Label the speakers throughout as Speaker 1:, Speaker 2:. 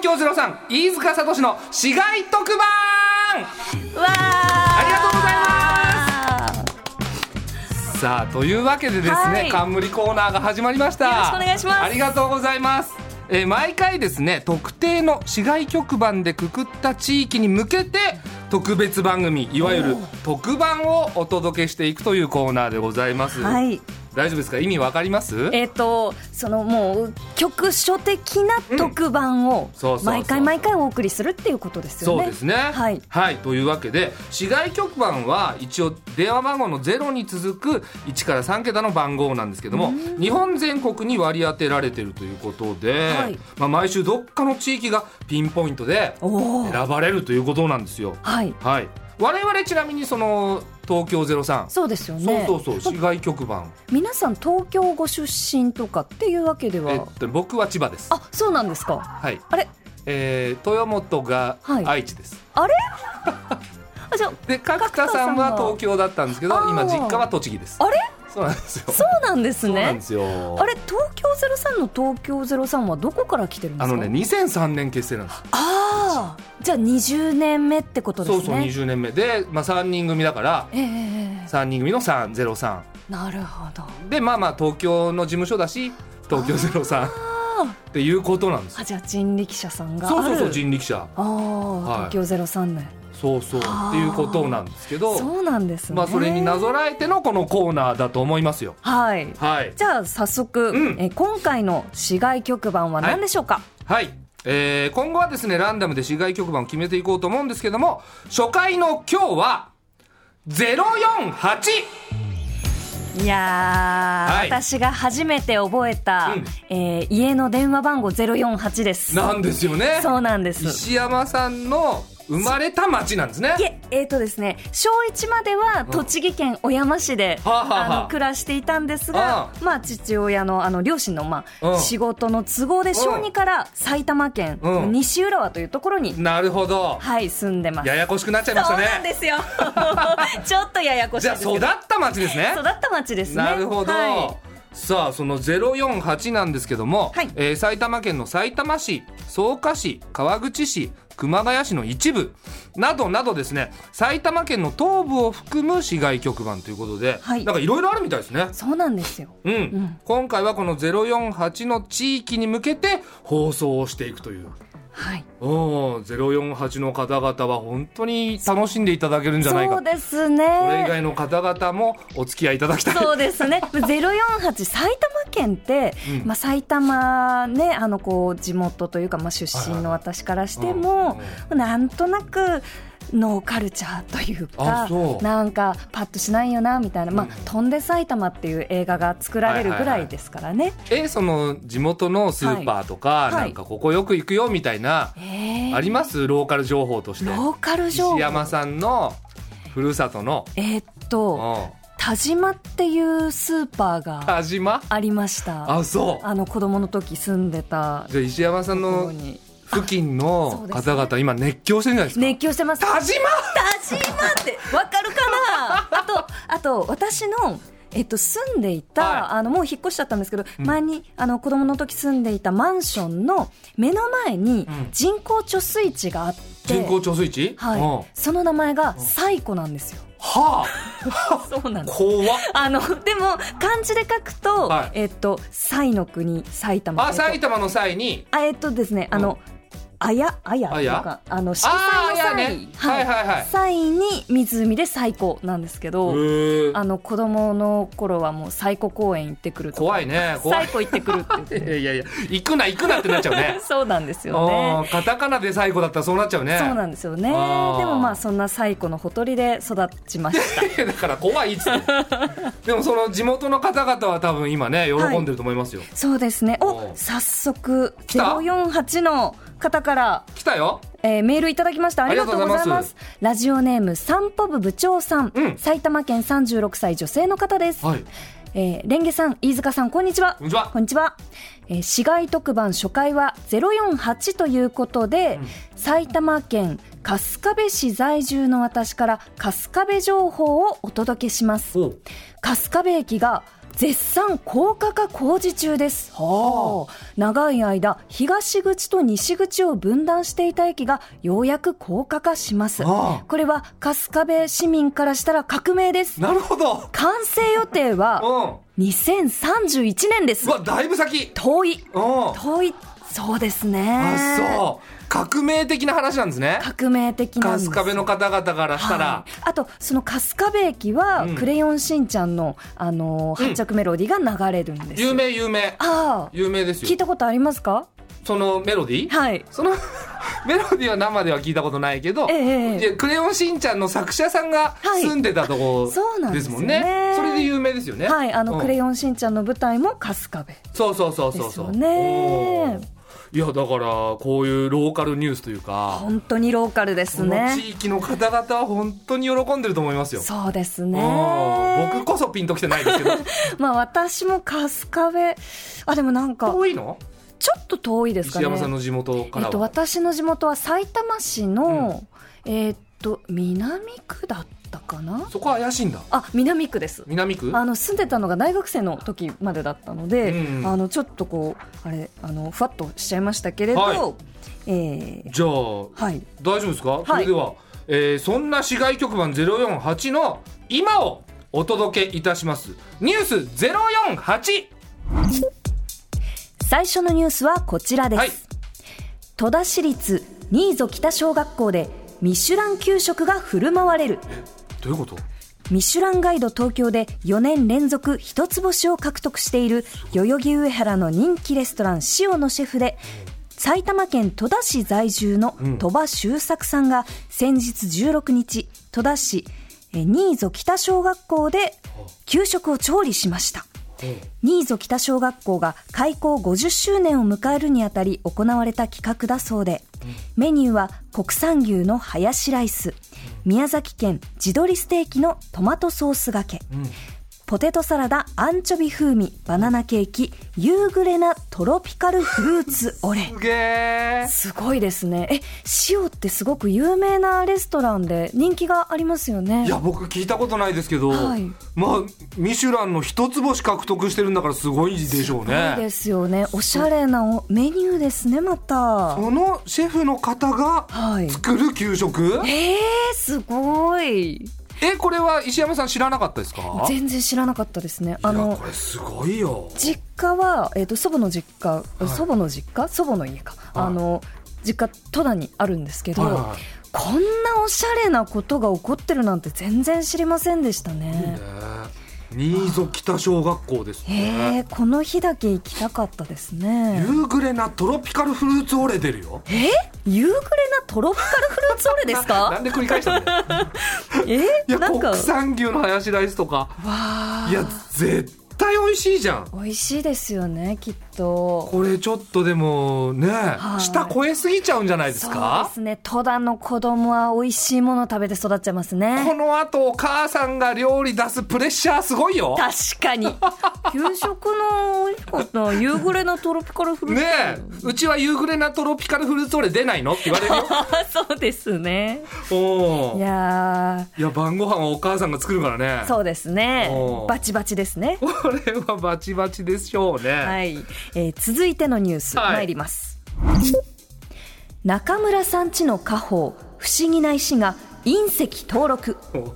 Speaker 1: 京ゼロさん飯塚聡の市街特番
Speaker 2: わあ
Speaker 1: ありがとうござい
Speaker 2: ます
Speaker 1: さあというわけでですね、
Speaker 2: はい
Speaker 1: 冠コーナーが始まりました
Speaker 2: よろしくお願いします
Speaker 1: ありがとうございますえー毎回ですね特定の市街局番でくくった地域に向けて特別番組いわゆる特番をお届けしていくというコーナーでございます、
Speaker 2: はい
Speaker 1: 大丈夫ですか意味わかります
Speaker 2: えっ、とそのもう局所的な特番を
Speaker 1: そうそうそう
Speaker 2: 毎回毎回お送りするっていうことですよね
Speaker 1: そうですね。
Speaker 2: はい
Speaker 1: というわけで市外局番は一応電話番号の0に続く1から3桁の番号なんですけども日本全国に割り当てられてるということで、
Speaker 2: はい
Speaker 1: まあ、毎週どっかの地域がピンポイントで
Speaker 2: おお
Speaker 1: 選ばれるということなんですよ。
Speaker 2: はい
Speaker 1: はい、我々ちなみにその東京03
Speaker 2: そうですよ
Speaker 1: そう
Speaker 2: ね
Speaker 1: そうそう市外局番、
Speaker 2: 皆さん東京ご出身とかっていうわけでは、
Speaker 1: えっと、僕は千葉です。
Speaker 2: あそうなんですか
Speaker 1: はい
Speaker 2: あれ
Speaker 1: えー、豊本が
Speaker 2: はい
Speaker 1: 愛知です、
Speaker 2: あれあじゃ
Speaker 1: で角田さんは東京だったんですけど
Speaker 2: 角田さん
Speaker 1: 今
Speaker 2: は
Speaker 1: 実家は栃木です
Speaker 2: ああれ
Speaker 1: そうなんですよ
Speaker 2: そうなんです
Speaker 1: そうなん
Speaker 2: ね
Speaker 1: ですよ。
Speaker 2: あれ東京ゼロ三の東京ゼロ三はどこから来てるんで
Speaker 1: あ
Speaker 2: す
Speaker 1: の
Speaker 2: か
Speaker 1: ね、2003年結成なんです。
Speaker 2: ああじゃあ20年目ってことです
Speaker 1: そう
Speaker 2: ね
Speaker 1: そう、20年目で、まあ3人組だから、
Speaker 2: えええええ
Speaker 1: 3人組の3、03。
Speaker 2: えなるほど
Speaker 1: で、まあまあ東京の事務所だし、東京03っていうことなんですよ。
Speaker 2: あじゃあ人力車さんがあ
Speaker 1: そう
Speaker 2: る
Speaker 1: そうそう、人力車。
Speaker 2: ああ、
Speaker 1: はい
Speaker 2: 東京ゼロ三年
Speaker 1: そうそう、っていうことなんですけど、
Speaker 2: そうなんですね
Speaker 1: まあそれになぞらえてのこのコーナーだと思いますよ。
Speaker 2: はい
Speaker 1: はい。
Speaker 2: じゃあ早速、
Speaker 1: うん
Speaker 2: え今回の市外局番は何でしょうか、
Speaker 1: はい。えー今後はですね、ランダムで市外局番を決めていこうと思うんですけども、初回の今日は、048!
Speaker 2: いやー、
Speaker 1: はい
Speaker 2: 私が初めて覚えた、
Speaker 1: うん
Speaker 2: えー家の電話番号048です。
Speaker 1: なんですよね。
Speaker 2: そうなんです。
Speaker 1: 石山さんの生まれた町なんですね
Speaker 2: い。え、えーとですね、小1までは栃木県小山市で、
Speaker 1: はあはあはあ
Speaker 2: あの暮らしていたんですが
Speaker 1: あ、
Speaker 2: まあ、父親のあの両親の、まあ
Speaker 1: うん
Speaker 2: 仕事の都合で小2から埼玉県、
Speaker 1: うん
Speaker 2: 西浦和というところに、
Speaker 1: なるほど。
Speaker 2: はい、住んでます。
Speaker 1: ややこしくなっちゃいまし
Speaker 2: そ
Speaker 1: た
Speaker 2: うなん
Speaker 1: ね。
Speaker 2: ですよ。 ちょっとややこしい
Speaker 1: じゃ
Speaker 2: で
Speaker 1: あ
Speaker 2: すけど。
Speaker 1: 育った町ですね。
Speaker 2: 育った町ですね。
Speaker 1: なるほど。
Speaker 2: はい
Speaker 1: さあその048なんですけども、
Speaker 2: はい
Speaker 1: えー埼玉県のさいたま市草加市川口市熊谷市の一部などなどですね埼玉県の東部を含む市外局番ということで、
Speaker 2: はい
Speaker 1: なんかいろいろあるみたいですね。
Speaker 2: そうなんですよ。
Speaker 1: うん、
Speaker 2: ん
Speaker 1: 今回はこの048の地域に向けて放送をしていくという
Speaker 2: はい。
Speaker 1: おー048の方々は本当に楽しんでいただけるんじゃないか
Speaker 2: そ
Speaker 1: そう
Speaker 2: です
Speaker 1: れ以
Speaker 2: ね。
Speaker 1: 外の方々もお付き合いいただきたい
Speaker 2: そうです ね。ゼロ四八埼玉県って、
Speaker 1: うん
Speaker 2: まあ埼玉ねあのこう地元というかまあ出身の私からして
Speaker 1: はいはい
Speaker 2: も、なんとなく。ノーカルチャーという
Speaker 1: あ
Speaker 2: か
Speaker 1: そう
Speaker 2: なんかパッとしないよなみたいな「まあ
Speaker 1: うん
Speaker 2: 飛んで埼玉」っていう映画が作られるぐらいですからね。
Speaker 1: えその地元のスーパーとか、
Speaker 2: はい
Speaker 1: なんかここよく行くよみたいな、
Speaker 2: えー
Speaker 1: ありますローカル情報として
Speaker 2: ローカル情
Speaker 1: 石
Speaker 2: 報
Speaker 1: 山さんのふるさとの
Speaker 2: えーっと
Speaker 1: うん
Speaker 2: 田島っていうスーパーが
Speaker 1: 田島
Speaker 2: ありました
Speaker 1: あそう
Speaker 2: あの子供の時住んでた
Speaker 1: じゃあ石山さ
Speaker 2: と
Speaker 1: ん
Speaker 2: ころ
Speaker 1: の
Speaker 2: に
Speaker 1: 付近
Speaker 2: あそ
Speaker 1: の
Speaker 2: うです
Speaker 1: 方
Speaker 2: ね
Speaker 1: 々、今熱狂してるんじゃないですか、
Speaker 2: 熱狂してます
Speaker 1: 田島
Speaker 2: 田島ってわかるかなあとあと私のえっと、住んでいた、
Speaker 1: は
Speaker 2: あのもう引っ越しちゃったんですけど、
Speaker 1: うん
Speaker 2: 前にあの子供の時住んでいたマンションの目の前に
Speaker 1: うん
Speaker 2: 人工貯水池があって、
Speaker 1: 人工貯水池、
Speaker 2: はい
Speaker 1: うんは
Speaker 2: その名前がサイコなんですよ。
Speaker 1: あ
Speaker 2: そうなんです
Speaker 1: 怖っ
Speaker 2: あのでも漢字で書くと、
Speaker 1: はい
Speaker 2: えっと「西の国埼玉」
Speaker 1: あ埼玉の際に
Speaker 2: あえっとですね、あの、あや、あやと
Speaker 1: あや
Speaker 2: か、あの、色彩の
Speaker 1: あーあや
Speaker 2: 際、
Speaker 1: ねはいはいはい
Speaker 2: 際に湖で最高なんですけど、
Speaker 1: へえ
Speaker 2: あの、子供の頃はもう最高公園行ってくるとか。
Speaker 1: 怖いね怖い
Speaker 2: 最高行ってくるって言っ
Speaker 1: いや
Speaker 2: て。
Speaker 1: いやいや行くな行くなってなっちゃう ね
Speaker 2: そうなんですよ
Speaker 1: お
Speaker 2: ね。
Speaker 1: ーカタカナで最後だったらそうなっちゃうね
Speaker 2: そうなんですよね。で
Speaker 1: あー
Speaker 2: もまあ、そんな最高のほとりで育ちました。
Speaker 1: いやだから怖いっつってでもその地元の方々は多分今ね喜んでると思いますよ、
Speaker 2: そうですね。
Speaker 1: お
Speaker 2: お、早速、
Speaker 1: 来た
Speaker 2: 048の方から、
Speaker 1: 来たよ
Speaker 2: えーメールいただきました。ありがとうござ
Speaker 1: あ
Speaker 2: い
Speaker 1: りがとうござい
Speaker 2: ま
Speaker 1: ます
Speaker 2: す。ラジオネーム、散歩部部長さん。
Speaker 1: うん
Speaker 2: 埼玉県36歳女性の方です。
Speaker 1: はい
Speaker 2: えーレンゲさん、飯塚さん、こんにちは
Speaker 1: こん。にちは
Speaker 2: こんにちは。えー市街特番初回は048ということで、埼玉県春日部市在住の私から春日部情報をお届けします。
Speaker 1: お
Speaker 2: 春日部駅が絶賛高架化工事中です。長い間、東口と西口を分断していた駅がようやく高架化します。
Speaker 1: ああ
Speaker 2: これは春日部市民からしたら革命です。
Speaker 1: なるほど
Speaker 2: 完成予定
Speaker 1: う
Speaker 2: は
Speaker 1: ん
Speaker 2: 2031年です
Speaker 1: う。わだいぶ先
Speaker 2: 遠い。
Speaker 1: うん
Speaker 2: 遠い。そうですね。
Speaker 1: あそう革命的な話なんですね
Speaker 2: 革命的なんで
Speaker 1: 春
Speaker 2: す。
Speaker 1: 日部の方々からしたら、
Speaker 2: はいあとその春日部駅は
Speaker 1: う
Speaker 2: 「
Speaker 1: ん
Speaker 2: クレヨンしんちゃんの」あのー
Speaker 1: うん
Speaker 2: 発着メロディーが流れるんですよ、
Speaker 1: 有名有名
Speaker 2: ああ
Speaker 1: 有名です
Speaker 2: 聞い
Speaker 1: よ
Speaker 2: たことありますか
Speaker 1: そのメロディー
Speaker 2: はい
Speaker 1: その メロディーは生では聞いたことないけど「
Speaker 2: ええ
Speaker 1: いやクレヨンしんちゃん」の作者さんが
Speaker 2: はい
Speaker 1: 住んでたとこ
Speaker 2: そうなん
Speaker 1: で
Speaker 2: ですす
Speaker 1: も
Speaker 2: よ
Speaker 1: ん
Speaker 2: ね
Speaker 1: ね,、それで有名ですよね
Speaker 2: はいあの「
Speaker 1: うん
Speaker 2: クレヨンしんちゃん」の舞台も春日部
Speaker 1: そうそうそうそうそう
Speaker 2: ですよね
Speaker 1: おーいやだからこういうローカルニュースというか、
Speaker 2: 本当にローカルです
Speaker 1: この
Speaker 2: ね
Speaker 1: 地域の方々は本当に喜んでると思いますよ
Speaker 2: そうです
Speaker 1: うん
Speaker 2: ね
Speaker 1: 僕こそピンときてな いですけど
Speaker 2: まあ私も春日部あでもなんか
Speaker 1: 遠いの
Speaker 2: ちょっと遠いですかね
Speaker 1: 石山さんの地元か
Speaker 2: え
Speaker 1: ら
Speaker 2: っと、
Speaker 1: は、
Speaker 2: 私の地元はさいたま市の、えっと南区だったかな
Speaker 1: そこは怪しいんだ
Speaker 2: あ南区です
Speaker 1: 南区
Speaker 2: あの住んでたのが大学生の時までだったので、
Speaker 1: うん
Speaker 2: あのちょっとこうあれあのふわっとしちゃいましたけれど、
Speaker 1: はい
Speaker 2: えー
Speaker 1: じゃあ
Speaker 2: はい、
Speaker 1: 大丈夫ですか、
Speaker 2: い
Speaker 1: それでは、えーそんな市外局番048の今をお届けいたしますニュース048
Speaker 2: 最初のニュースはこちらです、
Speaker 1: はい
Speaker 2: 戸田市立新津北小学校でミシュラン給食が振る舞われる
Speaker 1: どういうこと
Speaker 2: ミシュランガイド東京で4年連続一つ星を獲得している代々木上原の人気レストラン塩のシェフで埼玉県戸田市在住の鳥羽周作さんが先日16日戸田市えー新津北小学校で給食を調理しました。ニーゾ北小学校が開校50周年を迎えるにあたり行われた企画だそうで、メニューは国産牛のハヤシライス、宮崎県地鶏ステーキのトマトソースがけ、ポテトサラダアンチョビ風味バナナケーキ夕暮れなトロピカルフルーツオレ
Speaker 1: すげえ
Speaker 2: すごいですねえ塩ってすごく有名なレストランで人気がありますよね
Speaker 1: いや僕聞いたことないですけど、
Speaker 2: はい
Speaker 1: まあミシュランの一つ星獲得してるんだからすごいでしょう
Speaker 2: いいで
Speaker 1: ね
Speaker 2: すよねおしゃれなおメニューですねまた
Speaker 1: このシェフの方が
Speaker 2: はい
Speaker 1: 作る給食
Speaker 2: えー、すごい
Speaker 1: えこれは石山さん知らなかったですか
Speaker 2: 全然知らなかったですねあ
Speaker 1: いや
Speaker 2: の
Speaker 1: これすごいよ
Speaker 2: 実家は、えー、と祖母の実家、
Speaker 1: い
Speaker 2: 祖母の実家祖母の家か、
Speaker 1: はい
Speaker 2: あの実家戸田にあるんですけど、
Speaker 1: はいはい
Speaker 2: こんなおしゃれなことが起こってるなんて全然知りませんでしたね
Speaker 1: 新津北小学校です
Speaker 2: え
Speaker 1: ね
Speaker 2: ー、この日だけ行きたかったですね
Speaker 1: 夕暮れなトロピカルフルーツオレ出るよ
Speaker 2: えー、夕暮れなトロピカルフルーツオレです
Speaker 1: なな
Speaker 2: か
Speaker 1: んで繰り 返したんだよ
Speaker 2: え
Speaker 1: い
Speaker 2: ー、
Speaker 1: や
Speaker 2: なんか
Speaker 1: 国
Speaker 2: わ
Speaker 1: 産牛のハヤシライスとか
Speaker 2: あ
Speaker 1: いや絶対美味しいじゃん
Speaker 2: 美味しいですよねきっと
Speaker 1: これちょっとでもね、
Speaker 2: い
Speaker 1: 舌超えすぎちゃうんじゃないです
Speaker 2: そう
Speaker 1: か
Speaker 2: ですね戸田の子供は美味しいもの食べて育っちゃいます
Speaker 1: こ
Speaker 2: ね
Speaker 1: の後お母さんが料理出すプレッシャーすごいよ
Speaker 2: 確かに 給食の美味しかった夕暮れのトロピカルフルー
Speaker 1: ね
Speaker 2: ツ
Speaker 1: えうちは夕暮れなトロピカルフルーツオレ出ないのって言われ るよ
Speaker 2: そうですね
Speaker 1: お
Speaker 2: い
Speaker 1: ー
Speaker 2: や
Speaker 1: いや晩ご飯はお母さんが作るからね
Speaker 2: ーそうですね
Speaker 1: おー
Speaker 2: バチバチですね
Speaker 1: これはバチバチでしょうね。
Speaker 2: はい、えー続いてのニュース、
Speaker 1: はい
Speaker 2: 参ります中村さんちの家宝不思議な石が隕石登録
Speaker 1: お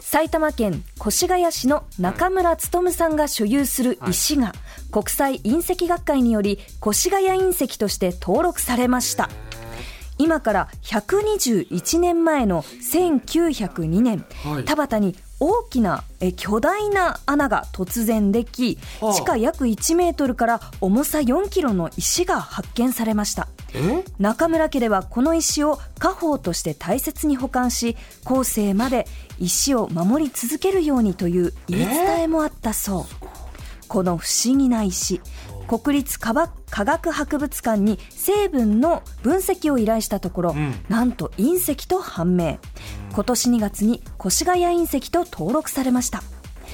Speaker 2: 埼玉県越谷市の中村勉さんが所有する石が国際隕石学会により越谷隕石として登録されました今から121年前の1902年、
Speaker 1: はい
Speaker 2: 田端に大きなえ巨大な穴が突然でき
Speaker 1: はあ
Speaker 2: 地下約1メートルから重さ4キロの石が発見されました
Speaker 1: え
Speaker 2: 中村家ではこの石を家宝として大切に保管し後世まで石を守り続けるようにという言い伝えもあったそう、この不思議な石国立科学科学博物館に成分の分析を依頼したところ、
Speaker 1: ん
Speaker 2: なんと隕石と判明今年2月に越谷隕石と登録されました
Speaker 1: す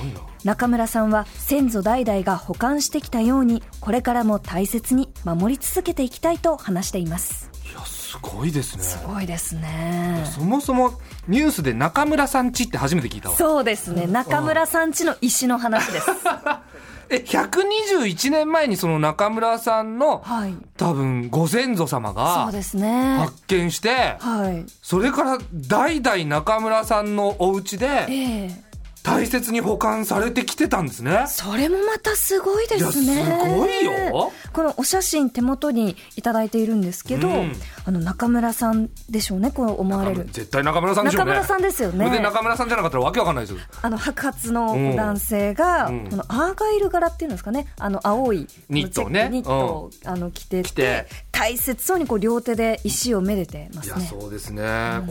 Speaker 1: ごいな。
Speaker 2: 中村さんは先祖代々が保管してきたようにこれからも大切に守り続けていきたいと話しています
Speaker 1: いや、すすごいですね
Speaker 2: すごいですね
Speaker 1: そもそもニュースで中村さんちって初めて聞いたわ
Speaker 2: そうですね中村さんちの石の話です
Speaker 1: え121年前にその中村さんの、
Speaker 2: はい
Speaker 1: 多分ご先祖様
Speaker 2: そう
Speaker 1: が
Speaker 2: ですね
Speaker 1: 発見して
Speaker 2: はい
Speaker 1: それから代々中村さんのお家で
Speaker 2: ええ
Speaker 1: 大切に保管されてきてたんですね
Speaker 2: それもまたすごいです
Speaker 1: い
Speaker 2: ね。
Speaker 1: やすごいよ
Speaker 2: このお写真手元にいただいているんですけど、
Speaker 1: うん
Speaker 2: あの中村さんでしょうね、こう思われる。
Speaker 1: 絶対中村さんでしょ
Speaker 2: 中
Speaker 1: うね
Speaker 2: 村さんですよ
Speaker 1: これ
Speaker 2: ね
Speaker 1: で。中村さんじゃなかったらわけわかんないですよ
Speaker 2: あの白髪の男性が、
Speaker 1: うん
Speaker 2: このアーガイル柄っていうんですかね、あの青い
Speaker 1: ニットをね
Speaker 2: ニットを、あの着て
Speaker 1: 来て
Speaker 2: て、大切そうにこう両手で石をめでてま
Speaker 1: い
Speaker 2: す
Speaker 1: や
Speaker 2: ね。
Speaker 1: そうですね、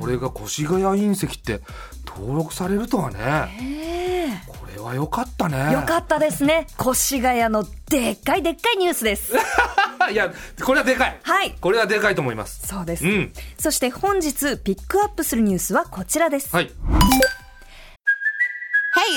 Speaker 1: これが越谷隕石って登録されるとはね
Speaker 2: ええ
Speaker 1: これは良かったね
Speaker 2: よかったですね。越谷のでっかいでっかいニュースです。
Speaker 1: た いやこれはでかい
Speaker 2: はい。
Speaker 1: これはでかいと思います
Speaker 2: そうです。
Speaker 1: うん
Speaker 2: そして本日ピックアップするニュースはこちらです。
Speaker 1: はい
Speaker 3: Hey,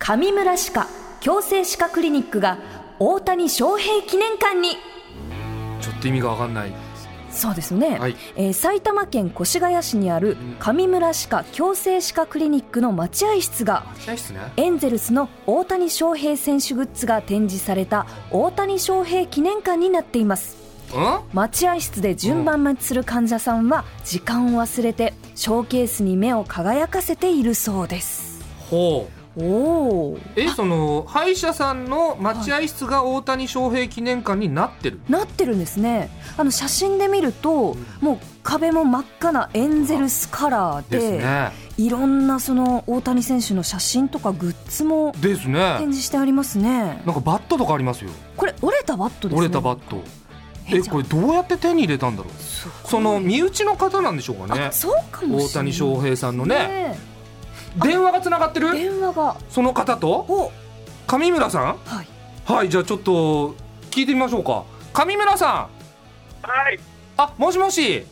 Speaker 2: 上村歯科矯正歯科クリニックが大谷翔平記念館に
Speaker 1: ちょっと意味がわかんない
Speaker 2: そうですね、
Speaker 1: はい
Speaker 2: えー埼玉県越谷市にある上村歯科矯正歯科クリニックの待合室が
Speaker 1: 待合室ね
Speaker 2: エンゼルスの大谷翔平選手グッズが展示された大谷翔平記念館になっています
Speaker 1: うん
Speaker 2: 待合室で順番待ちする患者さんは時間を忘れてショーケースに目を輝かせているそうです
Speaker 1: ほう
Speaker 2: おお
Speaker 1: えその歯医者さんの待合室が大谷翔平記念館になってる、
Speaker 2: なってるんですねあの写真で見ると、もう壁も真っ赤なエンゼルスカラーで
Speaker 1: ですね
Speaker 2: いろんなその大谷選手の写真とかグッズも
Speaker 1: ですね
Speaker 2: 展示してありますね
Speaker 1: なんかバットとかありますよ
Speaker 2: これ折れたバットですね
Speaker 1: 折れたバットえ
Speaker 2: えじゃあ
Speaker 1: これどうやって手に入れたんだろう
Speaker 2: すごい
Speaker 1: その身内の方なんでしょうかね
Speaker 2: あそうかもしれない
Speaker 1: 大谷翔平さんのね電話がつながって
Speaker 2: ね
Speaker 1: る
Speaker 2: 電話が
Speaker 1: その方と
Speaker 2: お
Speaker 1: 上村さん
Speaker 2: はい
Speaker 1: はいじゃあちょっと聞いてみましょうか上村さん
Speaker 4: はい。
Speaker 1: あもしもし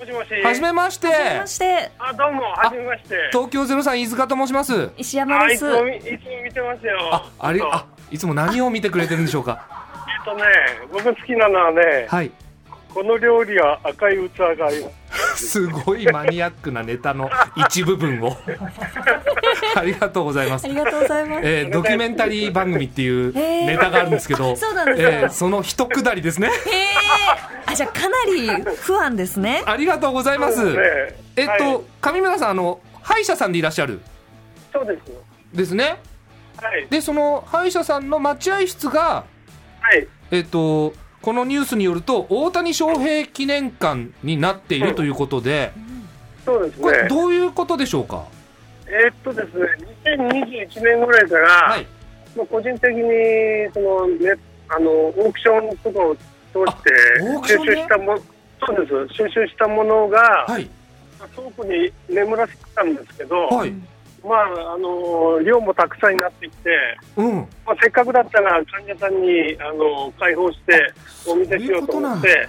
Speaker 4: もしもし。
Speaker 1: はじめまして
Speaker 2: はじめまして
Speaker 4: あ、どうも、はじめまして。
Speaker 1: 東京ゼロさん飯塚と申します
Speaker 2: 石山
Speaker 4: あ、
Speaker 2: で
Speaker 4: い
Speaker 2: す
Speaker 4: つもみ、いつも見てますよ。
Speaker 1: ああれ
Speaker 4: ちょっと
Speaker 1: あいつも何を見てくれてるんでしょうか
Speaker 4: えっとね、僕好きなのはね、
Speaker 1: はい
Speaker 4: この料理は赤い器があります。
Speaker 1: すごいマニアックなネタの一部分をありがとうございます
Speaker 2: ありがとうございます
Speaker 1: えードキュメンタリー番組っていう
Speaker 2: へー
Speaker 1: ネタがあるんですけど、
Speaker 2: あ そうなんですか
Speaker 1: ーその一くだりですね。
Speaker 2: へえあじゃあかなり不安ですね
Speaker 1: ありがとうございます。
Speaker 4: そうですね
Speaker 1: えっと、
Speaker 4: はい
Speaker 1: 上村さん、あの、歯医者さんでいらっしゃる。
Speaker 4: そうですよ。
Speaker 1: ですね。
Speaker 4: はい。
Speaker 1: で、その歯医者さんの待合室が、
Speaker 4: はい。
Speaker 1: えっと、このニュースによると、大谷翔平記念館になっているということで、
Speaker 4: そうです
Speaker 1: これ、
Speaker 4: ね。
Speaker 1: どういうことでしょうか、
Speaker 4: えっとですね、2021年ぐらいから、
Speaker 1: はい。
Speaker 4: まあ個人的に、その、ね、あの、オークションとかを通し
Speaker 1: あオーク
Speaker 4: て、
Speaker 1: ショ
Speaker 4: 収
Speaker 1: ンね
Speaker 4: 集したも、そうです。収集したものが、
Speaker 1: はい。
Speaker 4: まあ倉庫に眠らせてたんですけど、
Speaker 1: はい。
Speaker 4: まあ、あの量もたくさんになってきて、
Speaker 1: うん。
Speaker 4: まあ、せっかくだったら患者さんに、あの開放してお見せしようと思って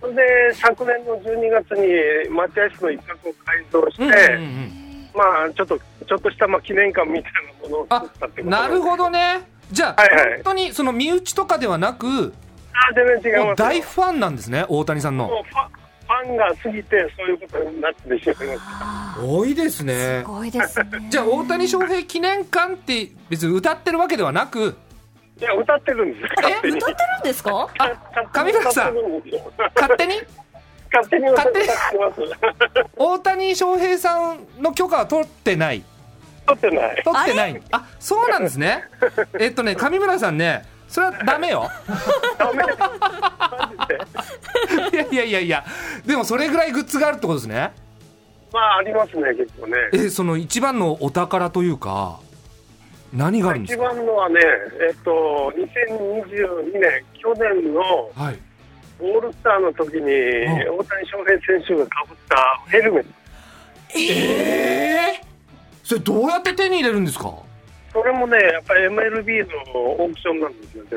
Speaker 1: そう
Speaker 4: それで昨年の12月に待合室の一角を改造し
Speaker 1: うんうん
Speaker 4: て、
Speaker 1: うんうん
Speaker 4: まあ、ちょっとちょっとしたまあ記念館みたいなものを
Speaker 1: あ
Speaker 4: 作ったってことんです
Speaker 1: なるほどねじゃあ、
Speaker 4: はいはい
Speaker 1: 本当にその身内とかではなく
Speaker 4: あ全然違い
Speaker 1: も
Speaker 4: ま
Speaker 1: う
Speaker 4: すよ
Speaker 1: 大ファンなんですね大谷さん
Speaker 4: も
Speaker 1: の
Speaker 4: うファファンが過ぎてそういうことになってしまいました
Speaker 1: 多いですね
Speaker 2: すごいですね
Speaker 1: じゃあ大谷翔平記念館って別に歌ってるわけではなく
Speaker 4: いや歌ってるんです勝手に
Speaker 2: 歌ってるんですか
Speaker 4: 勝手に
Speaker 1: 上村さん
Speaker 4: 歌ってるですよ
Speaker 1: 勝 手に
Speaker 4: 勝手に歌ってます
Speaker 1: 大谷翔平さんの許可は取ってない
Speaker 4: 撮ってない
Speaker 1: 取ってないあそうなんです ねえっとね上村さんねそれはダメよ
Speaker 4: ダメマジ
Speaker 1: い
Speaker 4: で
Speaker 1: やいやいやいやでもそれぐらいグッズがあるってことですね
Speaker 4: まあありますね結構ね
Speaker 1: えその一番のお宝というか何があるんで
Speaker 4: 一
Speaker 1: すか
Speaker 4: 番のはねえっと2022年去年の
Speaker 1: はい
Speaker 4: オールスターの時に
Speaker 1: う
Speaker 4: 大谷翔平選手がかぶったヘルメット
Speaker 1: ええそれどうやって手に入れるんですか
Speaker 4: それもねやっぱり MLB のオークションなんですよね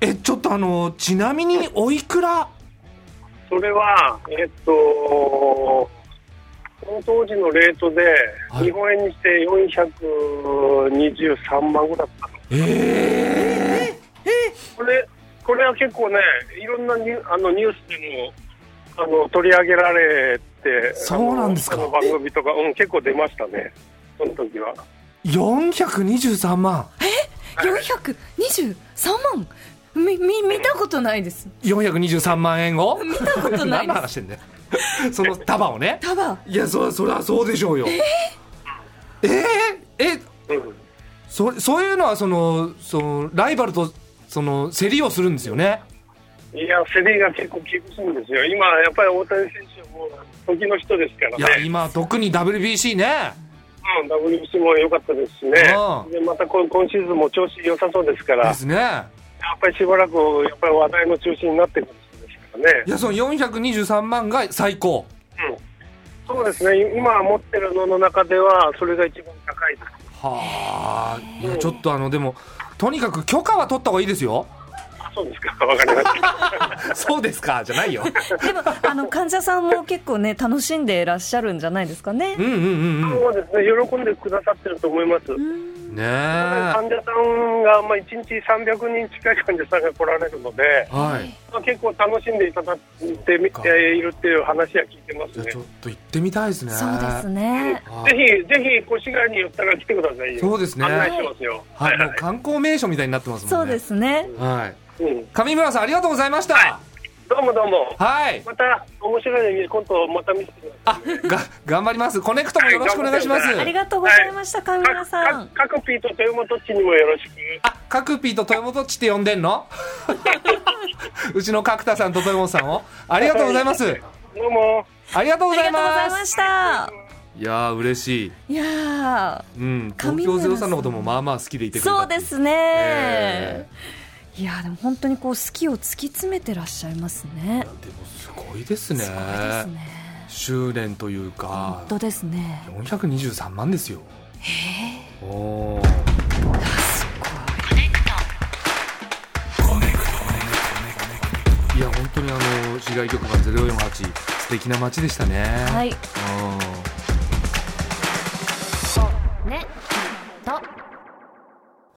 Speaker 1: えちょっとあのちなみにおいくら
Speaker 4: それはえっとその当時のレートで
Speaker 1: はい
Speaker 4: 日本円にして423万ぐらいだったの
Speaker 1: ええ
Speaker 4: これこれは結構ねいろんなニュあのニュースでもあの取り上げられて
Speaker 1: そうなんですか
Speaker 4: あのあの番組とか、うん、結構出ましたねその時は
Speaker 1: 423万
Speaker 2: 423万みみ見たことないです
Speaker 1: 423万円を
Speaker 2: 見たことない
Speaker 1: 何の
Speaker 2: です
Speaker 1: 話してんだよその束をね
Speaker 2: ただ
Speaker 1: いやそそりゃそうでしょうよえー、ええ
Speaker 4: うん
Speaker 1: そそういうのはそのそのライバルとその競りをするんですよね
Speaker 4: いや、セ・リーが結構厳しいんですよ、今、やっぱり大谷選手はもう、時の人ですか
Speaker 1: い
Speaker 4: ら
Speaker 1: や
Speaker 4: ね、
Speaker 1: 今特に WBC ね
Speaker 4: うん、WBC も良かったですしね
Speaker 1: うん、
Speaker 4: でまたこ今シーズンも調子良さそうですから、や
Speaker 1: で
Speaker 4: っ
Speaker 1: すね
Speaker 4: ぱりしばらくやっぱり話題の中心になってくる人ですから
Speaker 1: い
Speaker 4: ね、
Speaker 1: やその423万が最高
Speaker 4: うん、そうですね、今持ってるのの中では、それが一番高いです。
Speaker 1: はあいやちょっとあのでもとにかく許可は取った方がいいですよ
Speaker 4: そうですか、わかりました。
Speaker 1: そうですかじゃないよ
Speaker 2: でもあの患者さんも結構ね楽しんでらっしゃるんじゃないですかね
Speaker 1: うんうんうん
Speaker 4: そうですね、喜んでくださってると思います。
Speaker 1: うんねえ
Speaker 4: 患者さんが、まあ、1日300人近い患者さんが来られるので、
Speaker 1: はい
Speaker 4: まあ、結構楽しんでいただいてみているっていう話は聞いてま
Speaker 1: じ
Speaker 4: す
Speaker 1: ゃあ
Speaker 4: ね
Speaker 1: ちょ。っと行ってみたいですね
Speaker 2: そうですね
Speaker 1: はい
Speaker 4: ぜひ、ぜひ、越谷に寄ったら来てくださいよ。
Speaker 1: そうですね
Speaker 4: 案内しますよ。
Speaker 1: はい、もう観光名所みたいになってますもんね
Speaker 2: そうですね
Speaker 1: はい
Speaker 4: うん。
Speaker 1: 上村さんありがとうございました
Speaker 4: どうもどうも。
Speaker 1: はい
Speaker 4: また、面白いコントをまた見せてくだ
Speaker 1: あが頑張りますコネクトもよろしくお願いします
Speaker 4: はい頑張ってくださ
Speaker 2: ありがとうございました上村
Speaker 4: さい。
Speaker 2: さん
Speaker 4: かか各ピーと豊本地にもよろしく。
Speaker 1: あ、カクピーと豊本っちって呼んでんの うちの角田さんと豊本さんをありがとうございます
Speaker 4: どうも。
Speaker 1: ありがと
Speaker 2: あ
Speaker 1: うご
Speaker 2: りがとござい
Speaker 1: ざいうま
Speaker 2: ますした
Speaker 1: いやー嬉しい
Speaker 2: いや
Speaker 1: うん
Speaker 2: 上村さん
Speaker 1: 東京ゼロさんのこともまあまあ好きでいて
Speaker 2: ー
Speaker 1: くれた
Speaker 2: そうです
Speaker 1: え
Speaker 2: ねいやーでも本当にこう好きを突き詰めてらっしゃいますね
Speaker 1: でもすごいですね
Speaker 2: すごいですね
Speaker 1: 執念というか
Speaker 2: 本当ですね
Speaker 1: 423万ですよへえおーいや本当にあの市外局番048素敵な街でしたね
Speaker 2: はい
Speaker 1: うん